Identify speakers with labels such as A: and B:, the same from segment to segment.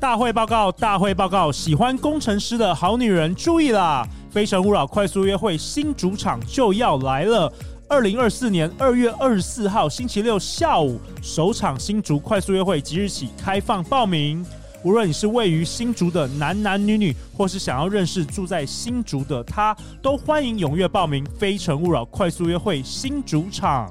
A: 大会报告，大会报告！喜欢工程师的好女人注意啦！《非诚勿扰》快速约会新主场就要来了。二零二四年二月二十四号星期六下午，首场新竹快速约会即日起开放报名。无论你是位于新竹的男男女女，或是想要认识住在新竹的他，都欢迎踊跃报名《非诚勿扰》快速约会新主场。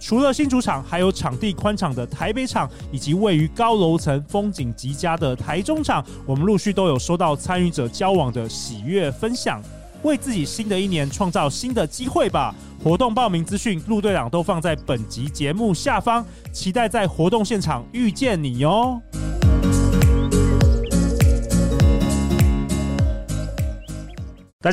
A: 除了新主场，还有场地宽敞的台北场，以及位于高楼层、风景极佳的台中场。我们陆续都有收到参与者交往的喜悦分享，为自己新的一年创造新的机会吧。活动报名资讯，陆队长都放在本集节目下方，期待在活动现场遇见你哦。大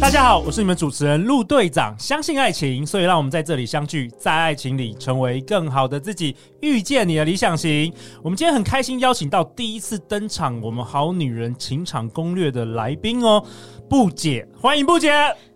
A: 大家好，我是你们主持人陆队长。相信爱情，所以让我们在这里相聚，在爱情里成为更好的自己，遇见你的理想型。我们今天很开心邀请到第一次登场我们《好女人情场攻略》的来宾哦，布姐，欢迎布姐。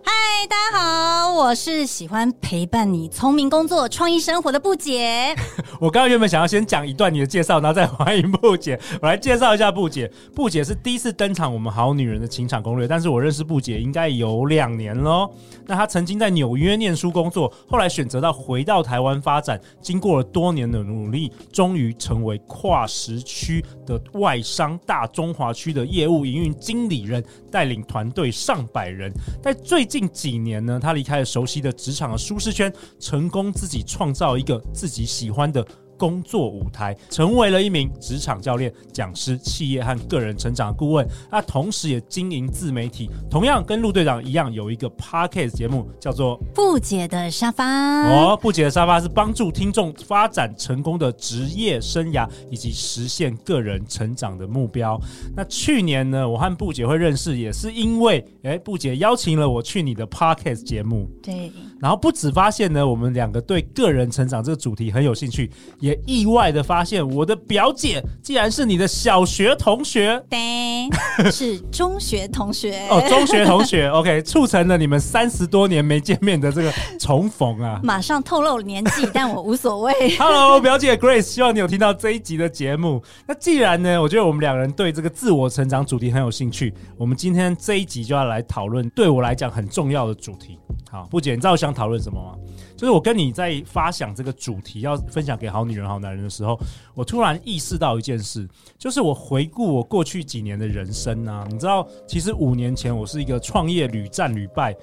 B: 嗨，大家好，我是喜欢陪伴你聪明工作、创意生活的布姐。
A: 我刚刚原本想要先讲一段你的介绍，然后再欢迎布姐。 我来介绍一下布姐。布姐是第一次登场我们《好女人的情场攻略》，但是我认识布姐应该有两年喽。那她曾经在纽约念书工作，后来选择到回到台湾发展，经过了多年的努力，终于成为跨时区的外商大中华区的业务营运经理人，带领团队上百人。在最近几年呢，她离开了熟悉的职场的舒适圈，成功自己创造一个自己喜欢的。工作舞台，成为了一名职场教练、讲师、企业和个人成长顾问。那同时也经营自媒体，同样跟陆队长一样，有一个 podcast 节目叫做
B: 布姐的沙发，
A: 哦，不解的沙发是帮助听众发展成功的职业生涯以及实现个人成长的目标。那去年呢，我和布姐会认识，也是因为诶，布姐邀请了我去你的 podcast 节目，
B: 对，
A: 然后不止发现呢，我们两个对个人成长这个主题很有兴趣，也意外的发现我的表姐竟然是你的小学同学。
B: 对，是中学 同学。
A: 哦，中学同学，OK，促成了你们三十多年没见面的这个重逢啊！
B: 马上透露年 纪，但我无所谓。
A: Hello，表姐 Grace，希望你有听到这一集的节目。那既然呢，我觉得我们两人对这个自我成长主题很有兴趣，我们今天这一集就要来讨论对我来讲很重要的主题。好，不姐，你知道我想讨论什么吗？就是我跟你在发想这个主题要分享给好女人、好男人的时候，我突然意识到一件事，就是我回顾我过去几年的人生啊，你知道，其实五年前我是一个创业屡战屡败。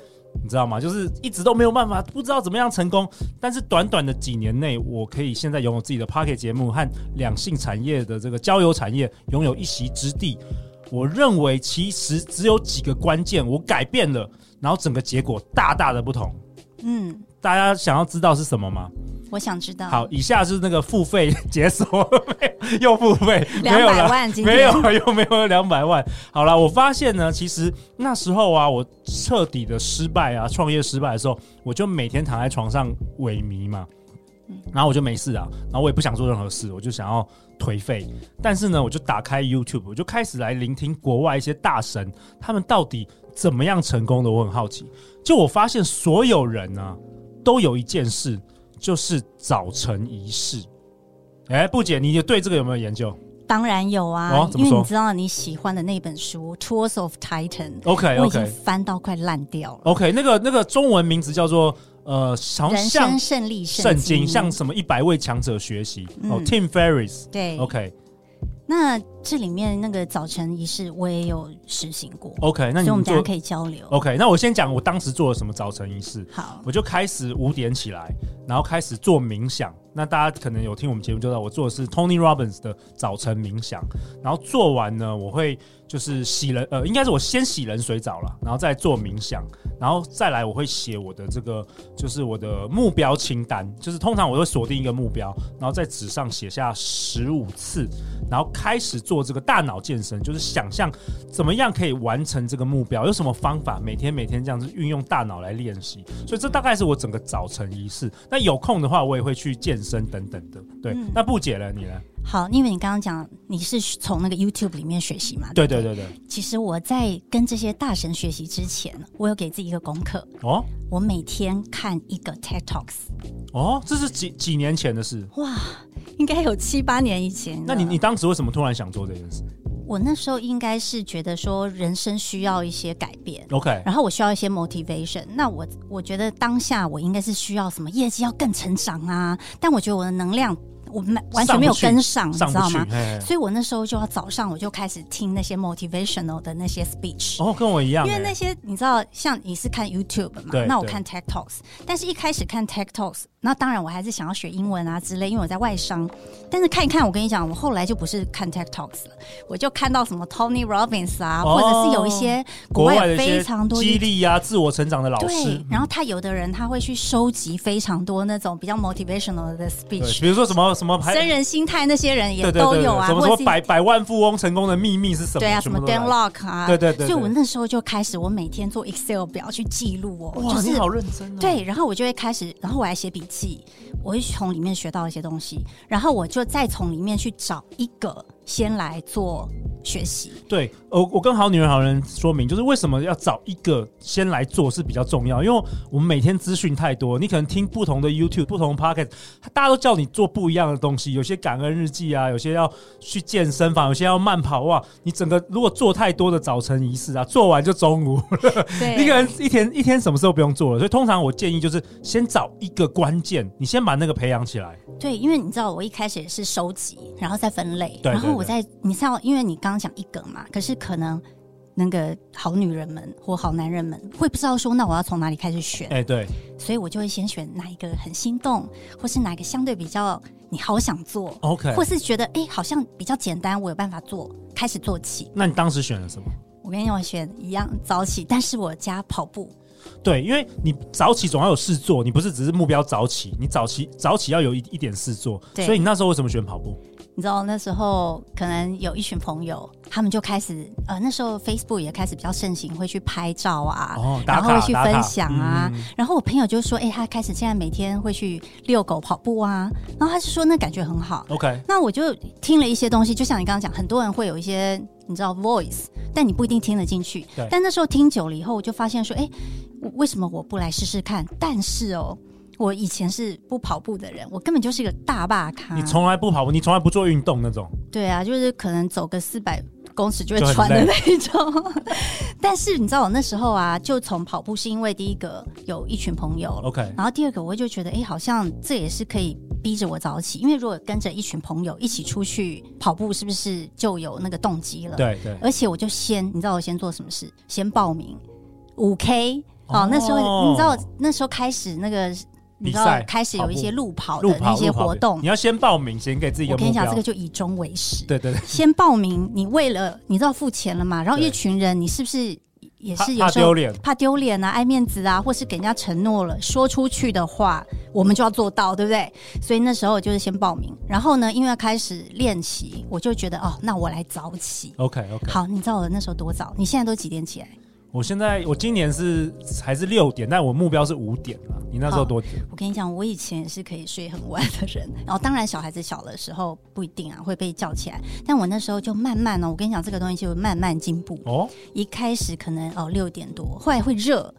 A: 你知道吗？就是一直都没有办法，不知道怎么样成功。但是短短的几年内，我可以现在拥有自己的 Pocket 节目和两性产业的这个交友产业拥有一席之地。我认为其实只有几个关键，我改变了，然后整个结果大大的不同。
B: 嗯，
A: 大家想要知道是什么吗？
B: 我想知道。
A: 好，以下是那个付费解锁， 没有又付费，没有
B: 200
A: 了，
B: 万今天
A: 没有了，又没有两百万。好了，我发现呢，其实那时候啊，我彻底的失败啊，创业失败的时候，我就每天躺在床上萎靡嘛，
B: 嗯
A: 然后我就没事啊，然后我也不想做任何事，我就想要颓废。但是呢，我就打开 YouTube，我就开始来聆听国外一些大神，他们到底怎么样成功的，我很好奇。就我发现，所有人呢、都有一件事，就是早晨仪式。哎，布姐，你对这个有没有研究
B: 当然有啊，
A: 哦怎么
B: 因为
A: 说
B: 你知道你喜欢的那本书《Tours of Titan》
A: ？OK
B: 我已经
A: OK
B: 翻到快烂掉了。
A: OK，那个那个中文名字叫做呃，好
B: 人
A: 像
B: 生胜利
A: 圣
B: 圣
A: 经，
B: 经，
A: 向什么一百位强者学习哦
B: 嗯
A: ，Tim Ferris。
B: 对。
A: OK
B: 那这里面那个早晨仪式，我也有实行过，
A: OK，那哦
B: 所
A: 你
B: 以我
A: 们
B: 们等一下
A: 做哦
B: 可以交流。
A: OK，那我先讲我当时做了什么早晨仪式。
B: 好，
A: 我就开始五点起来，然后开始做冥想。那大家可能有听我们节目就知道，我做的是 Tony Robbins 的早晨冥想。然后做完呢，我会就是洗冷，呃，应该是我先洗冷水澡了，然后再做冥想，然后再来我会写我的这个就是我的目标清单，就是通常我会锁定一个目标，然后在纸上写下十五次，然后开始做。做这个大脑健身，就是想象怎么样可以完成这个目标，有什么方法，每天每天这样子运用大脑来练习。所以这大概是我整个早晨仪式。那有空的话，我也会去健身等等的。对，
B: 嗯
A: 那布姐呢？你呢？
B: 好，因为你刚刚讲你是从那个 YouTube 里面学习嘛，
A: 对
B: 不
A: 对对对，
B: 其实我在跟这些大神学习之前，我有给自己一个功课，
A: 哦
B: 我每天看一个 TED Talks。
A: 哦，这是几几年前的事。
B: 哇，应该有七八年以前了。
A: 那你你当时为什么突然想做这件事
B: 我那时候应该是觉得说人生需要一些改变，
A: ？OK，
B: 然后我需要一些 motivation。那我我觉得当下我应该是需要什么业绩要更成长啊，但我觉得我的能量我没完全没有跟上，你
A: 上
B: 知
A: 不
B: 道
A: 去
B: 吗？。
A: 嘿嘿
B: 所以我那时候就要早上我就开始听那些 motivational 的那些 speech。
A: 哦，跟我一样
B: 因
A: 欸，
B: 为那些你知道，像你是看 YouTube 嘛
A: 对，
B: 那我
A: 对
B: 看 Tech Talks，但是一开始看 Tech Talks，那当然我还是想要学英文啊之类，因为我在外商。但是看一看，我跟你讲，我后来就不是看 Tech Talks 了，我就看到什么 Tony Robbins 啊，
A: 哦
B: 或者是有一些
A: 国
B: 国
A: 外
B: 外
A: 的
B: 有
A: 一些
B: 非常多
A: 激励啊、自我成长的老师嗯
B: 对，，然后他有的人他会去收集非常多那种比较 motivational 的
A: 对，
B: speech，
A: 比如说什么什么还
B: 真人心态那些人也
A: 对对
B: 都
A: 对对
B: 有啊，
A: 什么
B: 或
A: 什
B: 者
A: 么
B: 是
A: 百百万富翁成功的秘密是什么？
B: 对啊，什
A: 全
B: 么
A: 部都
B: Dan
A: 来
B: Lock 啊，
A: 对对对对
B: 所以我那时候就开始，我每天做 Excel 表去记录哦，
A: 哇，
B: 就是
A: 你好认真啊！
B: 对，然后我就会开始，然后我还写笔记，我就从里面学到一些东西，然后我就再从里面去找一个先来做学习。
A: 对，呃，我跟好女人好人说明，就是为什么要找一个先来做是比较重要，因为我们每天资讯太多，你可能听不同的 YouTube、不同的 Pocket，大家都叫你做不一样的东西，有些感恩日记啊，有些要去健身房，有些要慢跑哇、你整个如果做太多的早晨仪式啊，做完就中午，一个人一天一天什么时候不用做了？所以通常我建议就是先找一个关键，你先把那个培养起来。
B: 对，因为你知道，我一开始也是收集，然后再分类，
A: 对
B: 然后
A: 对
B: 我
A: 对
B: 再你知道，因为你刚刚讲一个嘛，可是可能那个好女人们或好男人们会不知道说，那我要从哪里开始选，
A: 哎、对，
B: 所以我就会先选哪一个很心动，或是哪一个相对比较你好想做，
A: OK，
B: 或是觉得哎、诶好像比较简单，我有办法做，开始做起。
A: 那你当时选了什么？
B: 我跟你我选一样早起，但是我家跑步，
A: 对，因为你早起总要有事做，你不是只是目标早起，你早起早起要有一一点事做。
B: 对
A: 所以你那时候为什么选跑步？
B: 你知道那时候可能有一群朋友，他们就开始呃，那时候 Facebook 也开始比较盛行，会去拍照啊，
A: 哦打
B: 然
A: 卡
B: 后会去
A: 打卡
B: 分享啊。
A: 嗯
B: 然后我朋友就说，哎、他开始现在每天会去遛狗、跑步啊，然后他就说那感觉很好。
A: OK，
B: 那我就听了一些东西，就像你刚刚讲，很多人会有一些你知道 voice，但你不一定听得进去
A: 对。
B: 但那时候听久了以后，我就发现说，哎、我为什么我不来试试看？但是哦，我以前是不跑步的人，我根本就是一个大霸咖。
A: 你从来不跑步，你从来不做运动那种。
B: 对啊，就是可能走个四百公尺就
A: 就
B: 会
A: 很
B: 喘的
A: 累
B: 那一种。 但是你知道，我那时候啊，就从跑步是因为第一个有一群朋友
A: OK，
B: 然后第二个，我就觉得，哎、好像这也是可以逼着我早起，因为如果跟着一群朋友一起出去跑步，是不是就有那个动机了？。
A: 对对。
B: 而且我就先，你知道我先做什么事？先报名五 K 哦
A: 哦
B: 那时候你知道那时候开始那个，你知
A: 比
B: 道
A: 赛
B: 开始有一些路跑
A: 路
B: 的
A: 跑
B: 那些
A: 路跑
B: 活动
A: 你。要先报名，先给自己一
B: 我
A: 个
B: 跟你
A: 目
B: 讲，
A: 标。
B: 这个就以终为始。
A: 对对对，
B: 先报名，你为了你知道付钱了嘛，然后
A: 对
B: 一群人，你是不是也
A: 怕
B: 是有
A: 怕
B: 时候
A: 丢脸。
B: 怕丢脸啊、爱面子啊，或是给人家承诺了说出去的话，我们就要做到，对不对？所以那时候我就是先报名，然后呢，因为要开始练习，我就觉得哦，那我来早起。
A: OK OK，
B: 好，你知道我那时候多早？你现在都几点起来？
A: 我现在我今年是还是六点，但我目标是五点了。你那时候
B: 好
A: 多久？
B: 我跟你讲，我以前也是可以睡很晚的人，然后当然小孩子小的时候不一定啊会被叫起来，但我那时候就慢慢哦呢、我跟你讲，这个东西就慢慢进步。
A: 哦，
B: 一开始可能哦六点多，后来会热，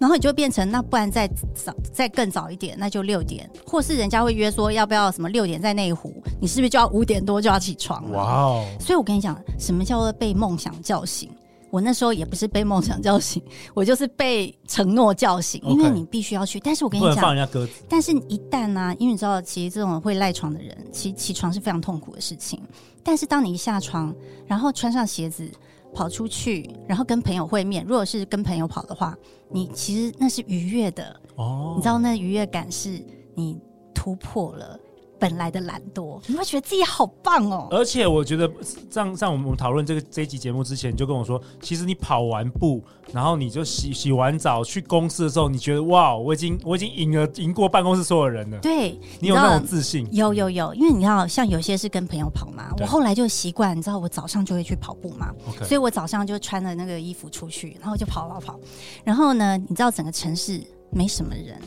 B: 然后你就变成那不然再早再更早一点，那就六点，或是人家会约说要不要什么六点在内湖，你是不是就要五点多就要起床了？
A: 哇哦，
B: 所以我跟你讲，什么叫做被梦想叫醒？我那时候也不是被梦想叫醒，我就是被承诺叫醒，因为
A: OK
B: 你必须要去。但是我跟
A: 不
B: 你
A: 能放
B: 讲，
A: 人家鸽子。
B: 但是一旦呢、因为你知道，其实这种会赖床的人，其实起床是非常痛苦的事情。但是当你一下床，然后穿上鞋子跑出去，然后跟朋友会面，如果是跟朋友跑的话，你其实那是愉悦的，
A: 哦，
B: 你知道那愉悦感是你突破了本来的懒惰，你会觉得自己好棒哦。
A: 而且我觉得上上我们讨论这个这一集节目之前，你就跟我说，其实你跑完步，然后你就洗洗完澡去公司的时候，你觉得哇，我已经我已经赢了赢过办公室所有人了，
B: 对，
A: 你有
B: 知道
A: 那种自信。
B: 有有有，因为你看，像有些是跟朋友跑嘛，
A: 对
B: 我后来就习惯，你知道，我早上就会去跑步嘛，所
A: OK，
B: 以我早上就穿着那个衣服出去，然后就跑跑跑。然后呢，你知道整个城市没什么人，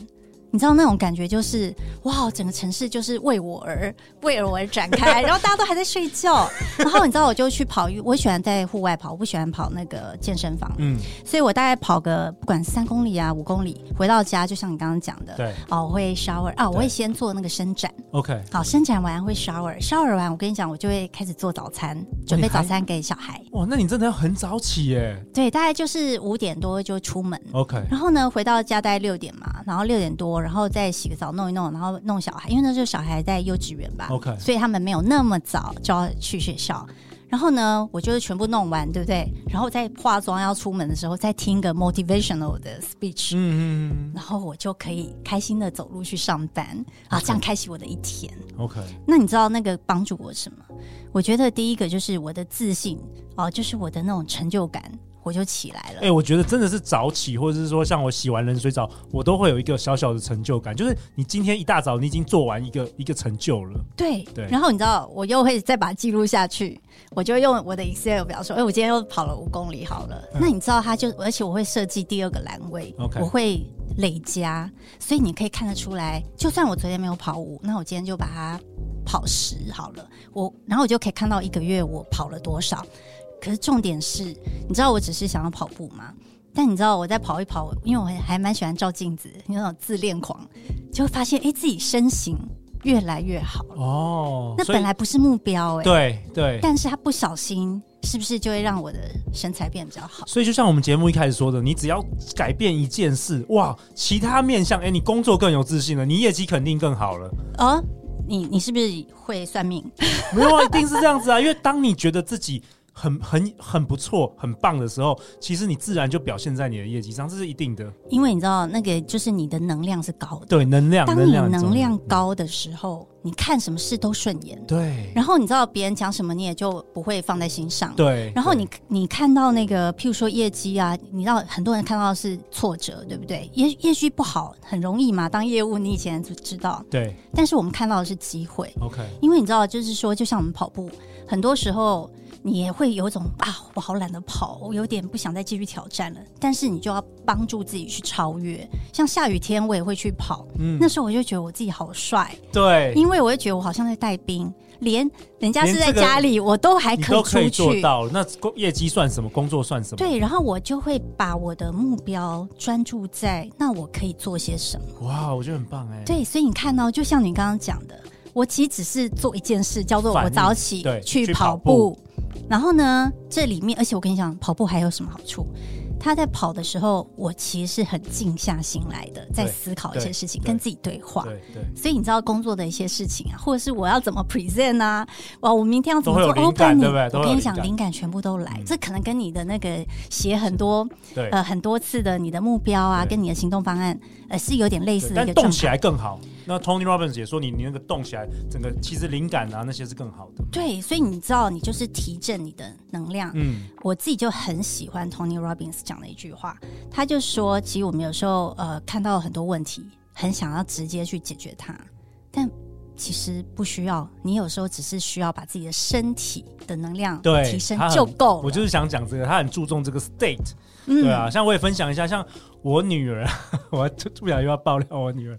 B: 你知道那种感觉就是，哇，整个城市就是为我而为我而展开，然后大家都还在睡觉。然后你知道，我就去跑，我喜欢在户外跑，我不喜欢跑那个健身房，
A: 嗯，
B: 所以我大概跑个不管三公里啊五公里，回到家就像你刚刚讲的。
A: 对
B: 哦，我会 shower 啊，我
A: 对
B: 会先做那个伸展，
A: ，OK，
B: 好，伸展完会 shower，shower 完我跟你讲，我就会开始做早餐，准备
A: 你还
B: 早餐给小孩。
A: 哇，那你真的要很早起耶
B: 对，大概就是五点多就出门，
A: ，OK，
B: 然后呢回到家大概六点嘛，然后六点多，然后再洗个澡弄一弄，然后弄小孩，因为那时候小孩在幼稚园吧
A: OK
B: 所以他们没有那么早就要去学校。然后呢，我就是全部弄完，对不对？然后在化妆要出门的时候，再听个 motivational 的 speech，、
A: 嗯嗯
B: 然后我就可以开心的走路去上班啊，这样开启我的一天。
A: 嗯，OK，
B: 那你知道那个帮助我什么？我觉得第一个就是我的自信哦、就是我的那种成就感，我就起来了。
A: 哎、我觉得真的是早起，或者是说像我洗完冷水澡，我都会有一个小小的成就感，就是你今天一大早你已经做完一个一个成就了。
B: 对，
A: 对
B: 然后你知道，我又会再把它记录下去，我就用我的 Excel 表说，哎、我今天又跑了五公里好了。那你知道，它就而且我会设计第二个栏位
A: 嗯 OK
B: 我会累加，所以你可以看得出来，就算我昨天没有跑五，那我今天就把它跑十好了。我然后我就可以看到一个月我跑了多少。可是重点是，你知道我只是想要跑步吗？但你知道我在跑一跑，因为我还蛮喜欢照镜子，那种自恋狂，就会发现哎、自己身形越来越好了。
A: 哦
B: 那
A: 所以
B: 本来不是目标哎、
A: 对对，
B: 但是他不小心，是不是就会让我的身材变得比较好？
A: 所以就像我们节目一开始说的，你只要改变一件事，哇，其他面向，哎、你工作更有自信了，你业绩肯定更好了。
B: 哦，你你是不是会算命？
A: 没有啊，一定是这样子啊，因为当你觉得自己。很很很不错，很棒的时候，其实你自然就表现在你的业绩上，这是一定的。
B: 因为你知道那个就是你的能量是高的，
A: 对，能量，
B: 当
A: 能
B: 你
A: 量很重要，嗯
B: 能量高的时候，你看什么事都顺眼，
A: 对
B: 然后你知道别人讲什么你也就不会放在心上。
A: 对。
B: 然后
A: 对
B: 你你看到那个，譬如说业绩啊，你知道很多人看到的是挫折，对不对？业业绩不好很容易嘛，当业务你以前就知道，
A: 对
B: 但是我们看到的是机会。
A: OK，
B: 因为你知道，就是说，就像我们跑步，很多时候你也会有一种啊，我好懒得跑，我有点不想再继续挑战了。但是你就要帮助自己去超越。像下雨天，我也会去跑，
A: 嗯
B: 那时候我就觉得我自己好帅，
A: 对，
B: 因为我会觉得我好像在带兵，连人家是
A: 连
B: 在
A: 这个
B: 家里，我都还
A: 你
B: 可以
A: 都可以
B: 出
A: 做
B: 去。
A: 到。那工业绩算什么？工作算什么？，
B: 对，然后我就会把我的目标专注在那我可以做些什么。
A: 哇，我觉得很棒哎。
B: 对，所以你看到、就像你刚刚讲的，我其实只是做一件事，叫做
A: 反
B: 我
A: 应
B: 早起
A: 对去
B: 去
A: 跑
B: 跑步。然后呢，这里面，而且我跟你讲，跑步还有什么好处？他在跑的时候，我其实是很静下心来的，在
A: 对
B: 思考一
A: 对
B: 些事情，
A: 对
B: 跟自己对话。
A: 对对，
B: 所以你知道工作的一些事情啊，或者是我要怎么 present 啊，哇，我明天要怎么
A: 都会
B: 做
A: 有灵感
B: opening？
A: 对不对都会有
B: 我跟你讲
A: 灵，感
B: 灵感全部都来，
A: 嗯
B: 这可能跟你的那个写很多
A: 对
B: 呃很多次的你的目标啊，
A: 对
B: 跟你的行动方案，呃是有点类似
A: 对
B: 的
A: 但
B: 一个
A: 动
B: 状
A: 起
B: 态。
A: 来更好。那 Tony Robbins 也说你，你那个动起来，整个其实灵感啊那些是更好的。
B: 对，所以你知道，你就是提振你的能量。
A: 嗯，
B: 我自己就很喜欢 Tony Robbins 讲的一句话，他就说，其实我们有时候呃看到很多问题，很想要直接去解决它，但其实不需要。你有时候只是需要把自己的身体的能量
A: 对
B: 提升
A: 他很
B: 就够了。
A: 我就是想讲这个，他很注重这个 state。
B: 嗯
A: 对啊，像我也分享一下，像我女儿， 我突突然又要爆料我女儿，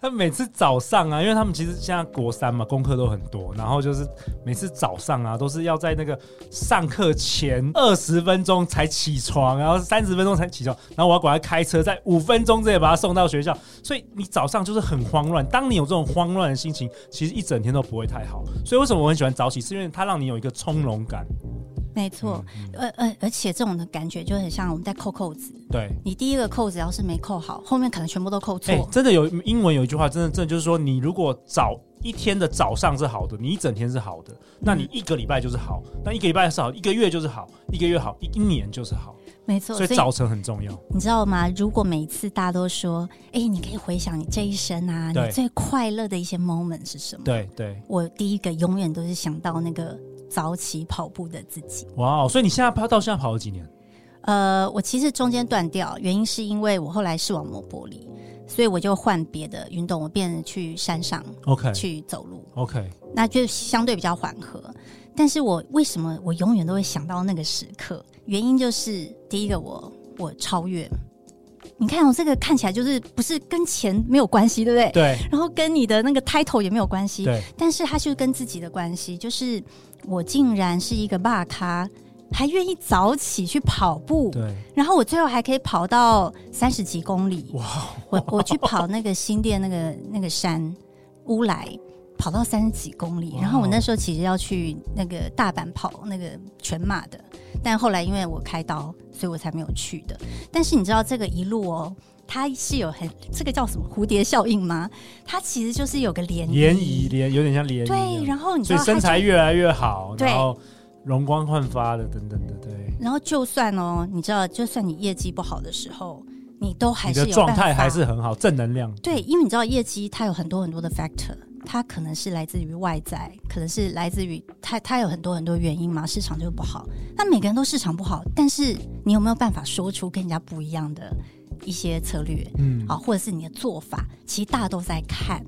A: 她每次早上啊，因为他们其实现在国三嘛，功课都很多，然后就是每次早上啊，都是要在那个上课前二十分钟才起床，然后三十分钟才起床，然后我要赶快开车，在五分钟之内把她送到学校，所以你早上就是很慌乱。当你有这种慌乱的心情，其实一整天都不会太好。所以为什么我很喜欢早起，是因为它让你有一个从容感。
B: 没错，
A: 嗯
B: 而而、而且这种的感觉就很像我们在扣扣子，
A: 对，
B: 你第一个扣
A: 哎
B: 子要是没扣好，后面可能全部都扣错。
A: 哎、真的有英文有一句话，真的真的就是说，你如果早一天的早上是好的，你一整天是好的，那你一个礼拜就是好，那一个礼拜是好，一个月就是好，一个月好，一一年就是好，
B: 没错，
A: 所以早晨很重要。
B: 你知道吗？如果每次大家都说，哎、你可以回想你这一生啊，
A: 对
B: 你最快乐的一些 moment 是什么？
A: 对对，
B: 我第一个永远都是想到那个早起跑步的自己。
A: 哇哦！所以你现在跑到现在跑了几年？
B: 呃，我其实中间断掉，原因是因为我后来视网膜剥离，所以我就换别的运动，我变成去山上
A: OK
B: 去走路，
A: OK，
B: 那就相对比较缓和。但是我为什么我永远都会想到那个时刻？原因就是第一个我，我超越。你看哦我、这个看起来就是不是跟钱没有关系，对不对？
A: 对
B: 然后跟你的那个 title 也没有关系，
A: 对，
B: 但是他就是跟自己的关系，就是我竟然是一个霸咖，还愿意早起去跑步，
A: 对，
B: 然后我最后还可以跑到三十几公里。
A: 哇哦
B: 我我去跑那个新店那个那个山乌来，跑到三十几公里。
A: 哇哦
B: 然后我那时候其实要去那个大阪跑那个全马的，但后来因为我开刀，所以我才没有去的。但是你知道这个一路哦。它是有很这个叫什么蝴蝶效应吗？它其实就是有个涟漪，
A: 涟漪涟有点像涟漪一
B: 对，
A: 样，
B: 然后你知
A: 所以
B: 道它
A: 身
B: 就
A: 材越来越好，
B: 对
A: 然后容光焕发的等等的，对，
B: 然后就算哦，你知道，就算你业绩不好的时候，你都还
A: 你
B: 是有
A: 的状态
B: 办法
A: 还是很好，正能量。
B: 对，因为你知道业绩它有很多很多的 factor，它可能是来自于外在，可能是来自于它它有很多很多原因嘛，市场就不好。那每个人都市场不好，但是你有没有办法说出跟人家不一样的一些策略？
A: 嗯，
B: 啊，或者是你的做法，其实大家都在看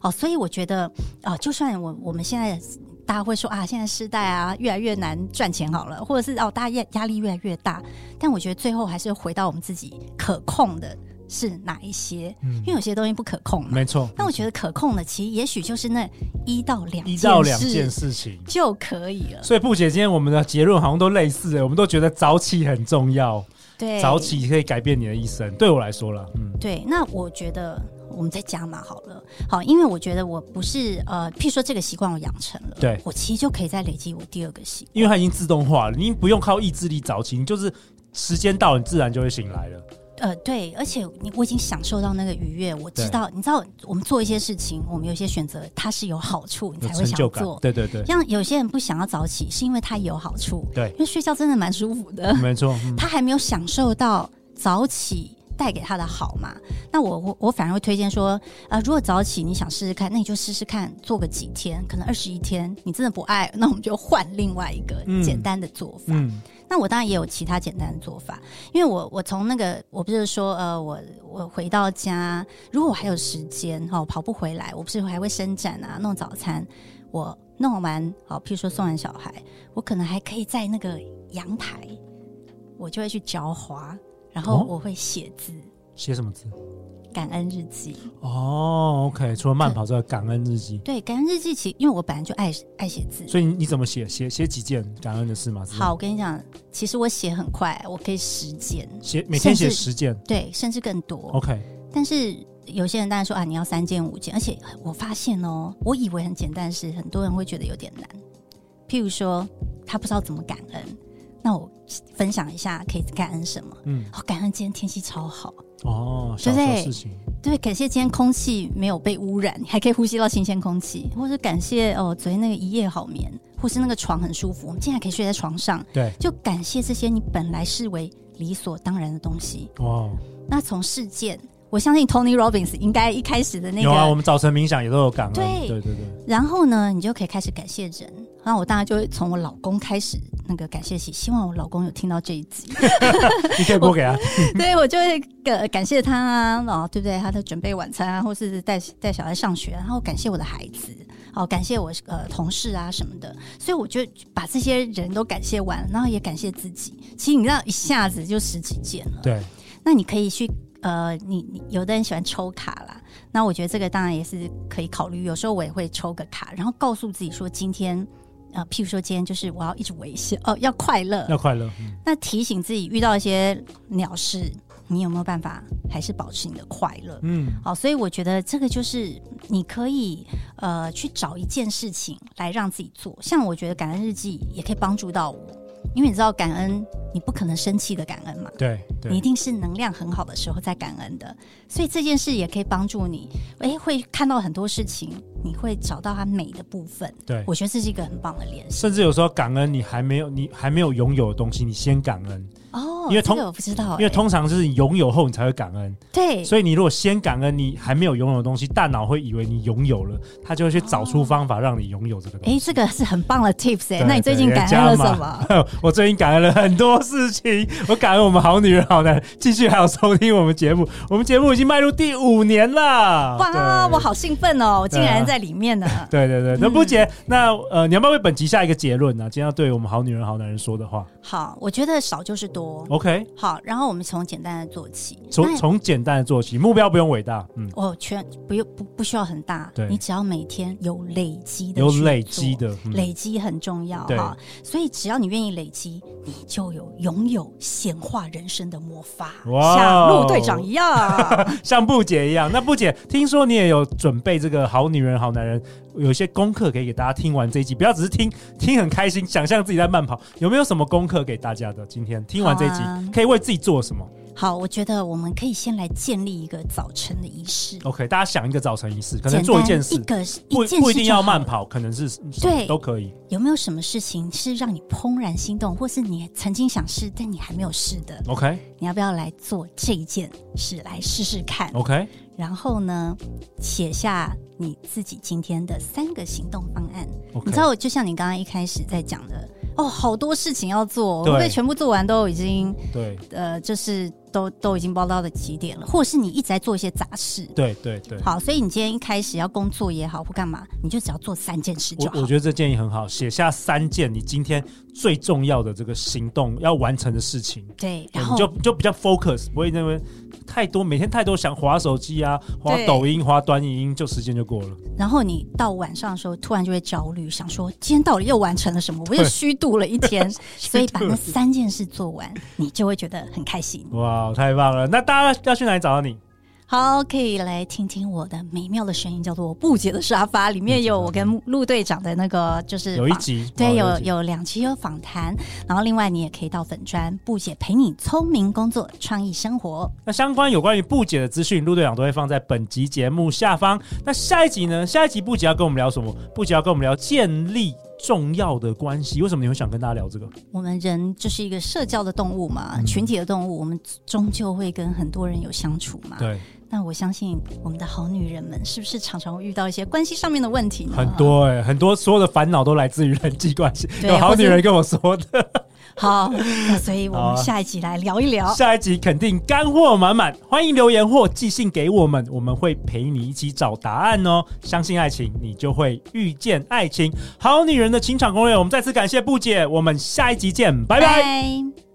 B: 哦，所以我觉得啊，就算我我们现在大家会说啊，现在时代啊越来越难赚钱好了，或者是哦大家压压力越来越大，但我觉得最后还是回到我们自己可控的是哪一些，
A: 嗯
B: 因为有些东西不可控嘛。
A: 没错。
B: 那我觉得可控的，其实也许就是那一到两
A: 一到两
B: 事
A: 件事情，
B: 就可以了。
A: 所以布姐今天我们的结论好像都类似、欸，我们都觉得早起很重要，
B: 对，
A: 早起可以改变你的一生。对我来说啦，嗯，
B: 对，那我觉得我们再加码好了，好，因为我觉得我不是呃，譬如说这个习惯我养成了，
A: 对
B: 我其实就可以再累积我第二个习惯。
A: 因为它已经自动化了，你不用靠意志力早起，你就是时间到了，你自然就会醒来了。
B: 呃，对，而且你我已经享受到那个愉悦，我知
A: 对
B: 道，你知道，我们做一些事情，我们有一些选择，它是有好处，你
A: 有
B: 才会
A: 成
B: 想
A: 就感
B: 做。，
A: 对对 对，
B: 像有些人不想要早起，是因为他有好处，
A: 对
B: 因为睡觉真的蛮舒 服的，
A: 没错，嗯
B: 他还没有享受到早起带给他的好嘛。那我我我反而会推荐说，啊，如果早起你想试试看，那你就试试看，做个几天，可能二十一天，你真的不爱，那我们就换另外一个
A: 嗯
B: 简单的做法。
A: 嗯，
B: 那我当然也有其他简单的做法，因为我我从那个我不是说呃我我回到家，如果我还有时间哦跑步回来，我不是还会伸展啊弄早餐，我弄完哦，譬如说送完小孩，我可能还可以在那个阳台，我就会去浇花，然后
A: 哦
B: 我会写字。
A: 写什么字？
B: 感恩日记，
A: 哦，OK，除了慢跑之外，感恩日记。
B: 对感恩日记其，因为我本来就爱爱写字。
A: 所以你你怎么写？写写几件感恩的事吗？是吗
B: 好，，我跟你讲，其实我写很快，我可以实践，
A: 写每天写
B: 甚至
A: 十件。
B: 对，甚至更多。
A: OK，
B: 但是有些人当然说啊，你要三件五件，而且哎我发现哦，我以为很简单的事，很多人会觉得有点难。譬如说，他不知道怎么感恩，那我分享一下可以感恩什么？
A: 嗯，
B: 哦，感恩今天天气超好，
A: 哦，小
B: 对不
A: 小
B: 对
A: 事情，
B: 对，感谢今天空气没有被污染，还可以呼吸到新鲜空气，或者感谢哦，昨天那个一夜好眠，或是那个床很舒服，我们竟然可以睡在床上，
A: 对，
B: 就感谢这些你本来视为理所当然的东西。
A: 哇，
B: 那从事件，我相信 Tony Robbins 应该一开始的那个
A: 有啊，我们早晨冥想也都有感恩。
B: 对
A: 对对对，
B: 然后呢，你就可以开始感谢人。然后我当然就会从我老公开始那个感谢起，希望我老公有听到这一集，
A: 你可以播给他。
B: 对我就会感感谢他啊，哦，对不对？他在准备晚餐啊，或是带带小孩上学，然后感谢我的孩子，哦，感谢我呃同事啊什么的。所以我就把这些人都感谢完，然后也感谢自己。其实你知道，一下子就十几件了。
A: 对，
B: 那你可以去呃，你你有的人喜欢抽卡啦，那我觉得这个当然也是可以考虑。有时候我也会抽个卡，然后告诉自己说今天。呃，譬如说今天就是我要一直微笑，哦，要快乐。
A: 要快乐。嗯
B: 那提醒自己遇到一些鸟事，你有没有办法还是保持你的快乐？
A: 嗯，
B: 好，所以我觉得这个就是你可以呃去找一件事情来让自己做，像我觉得感恩日记也可以帮助到我，因因为你知道感恩，你不可能生气的感恩嘛，
A: 对
B: 你一
A: 对
B: 定是能量很好的时候在感恩的，所以这件事也可以帮助你，诶，会看到很多事情，你会找到它美的部分。
A: 对，
B: 我觉得这是一个很棒的练习
A: 甚至有时候感恩你还没有你还没有拥有的东西，你先感恩，
B: 哦，
A: 因为通
B: 这个我不知道、
A: 因为
B: 诶
A: 通常是你拥有后你才会感恩，
B: 对
A: 所以你如果先感恩你还没有拥有的东西，大脑会以为你拥有了，它就会去找出方法让你拥有这个东西。
B: 哎，这个是很棒的 tips 哎、
A: 对
B: 那你最近
A: 对
B: 感恩了
A: 加码啊
B: 什么？
A: 我最近感恩了很多事情，我感恩我们好女人好男人继续还有收听我们节目，我们节目已经迈入第五年了。
B: 哇，
A: 对
B: 我。好兴奋哦！我竟
A: 对啊
B: 然在里面呢。
A: 对对对，那不姐，那呃，你要不要为本集下一个结论呢、今天要对我们好女人好男人说的话
B: 好，我觉得少就是多。
A: ，OK？
B: 好，然后我们从简单的做起。
A: 从
B: 那
A: 从简单的做起，目标不用伟大，嗯，
B: 我全不用不不需要很大
A: 对，
B: 你只要每天有累积的，
A: 有累积，的，嗯
B: 累积很重要
A: 对
B: 哈。所以只要你愿意累积，你就有拥有显化人生的魔法，
A: 哇哦
B: 像陆队长一样。
A: 像布姐一样。那布姐，听说你也有准备这个好女人好男人，有一些功课可以给大家听完这一集，不要只是听听很开心，想象自己在慢跑，有没有什么功课给大家的？今天听完这一集，
B: 好啊
A: 可以为自己做什么
B: 好，我觉得我们可以先来建立一个早晨的仪式，
A: ？OK，大家想一个早晨仪式，哦可能
B: 简单
A: 做一件事
B: 一，个是
A: 不
B: 一件事
A: 不一定要
B: 就好
A: 慢跑，可能是
B: 对
A: 都可以。
B: 有没有什么事情是让你怦然心动，或是你曾经想试但你还没有试的？
A: OK
B: 你要不要来做这一件事来试试看？
A: OK，
B: 然后呢，写下你自己今天的三个行动方案。你知道，就像你刚刚一开始在讲的，哦，好多事情要做，
A: 对
B: 会不会全部做完都已经
A: 对
B: 呃，就是都都已经包到了几点了？或是你一直在做一些杂事？
A: 对对对。
B: 好，所以你今天一开始要工作也好或干嘛，你就只要做三件事就
A: 我
B: 好
A: 我。觉得这建议很好，写下三件你今天最重要的这个行动要完成的事情，
B: 对，
A: 对
B: 然
A: 你
B: 后
A: 就就比较 focus，不会认为太多，每天太多想滑手机啊，滑
B: 对
A: 抖音、滑短影音，就时间就过了。
B: 然后你到晚上的时候，突然就会焦虑，想说今天到底又完成了什么？我又虚度了 一天，所以把那三件事做完，你就会觉得很开心。
A: 哇，太棒了！那大家要去哪里找到你？
B: 好，可以来听听我的美妙的声音，叫做《不解的沙发》，里面有我跟陆队长的那个就是
A: 有一
B: 访
A: 集，
B: 对，
A: 哦
B: 有
A: 一集
B: 有两期有访谈，然后另外你也可以到粉专不解陪你聪明工作创意生活。
A: 那相关有关于布姐的资讯，陆队长都会放在本集节目下方。那下一集呢？下一集布姐要跟我们聊什么？布姐要跟我们聊建立重要的关系。为什么你会想跟大家聊这个？
B: 我们人就是一个社交的动物
A: 嗯
B: 嘛，群体的动物，我们终究会跟很多人有相处嘛。
A: 对，
B: 那我相信我们的好女人们是不是常常会遇到一些关系上面的问题呢？
A: 很。多哎、很多所有的烦恼都来自于人际关系。
B: 对
A: 有好
B: 或是
A: 女人跟我说的。
B: 好，那所以我
A: 好啊
B: 们下一集来聊一 聊。
A: 下一集肯定干货满满，欢迎留言或寄信给我们，我们会陪你一起找答案哦。相信爱情，你就会遇见爱情。好女人的情场攻略，我们再次感谢布姐，我们下一集见，拜拜。
B: 拜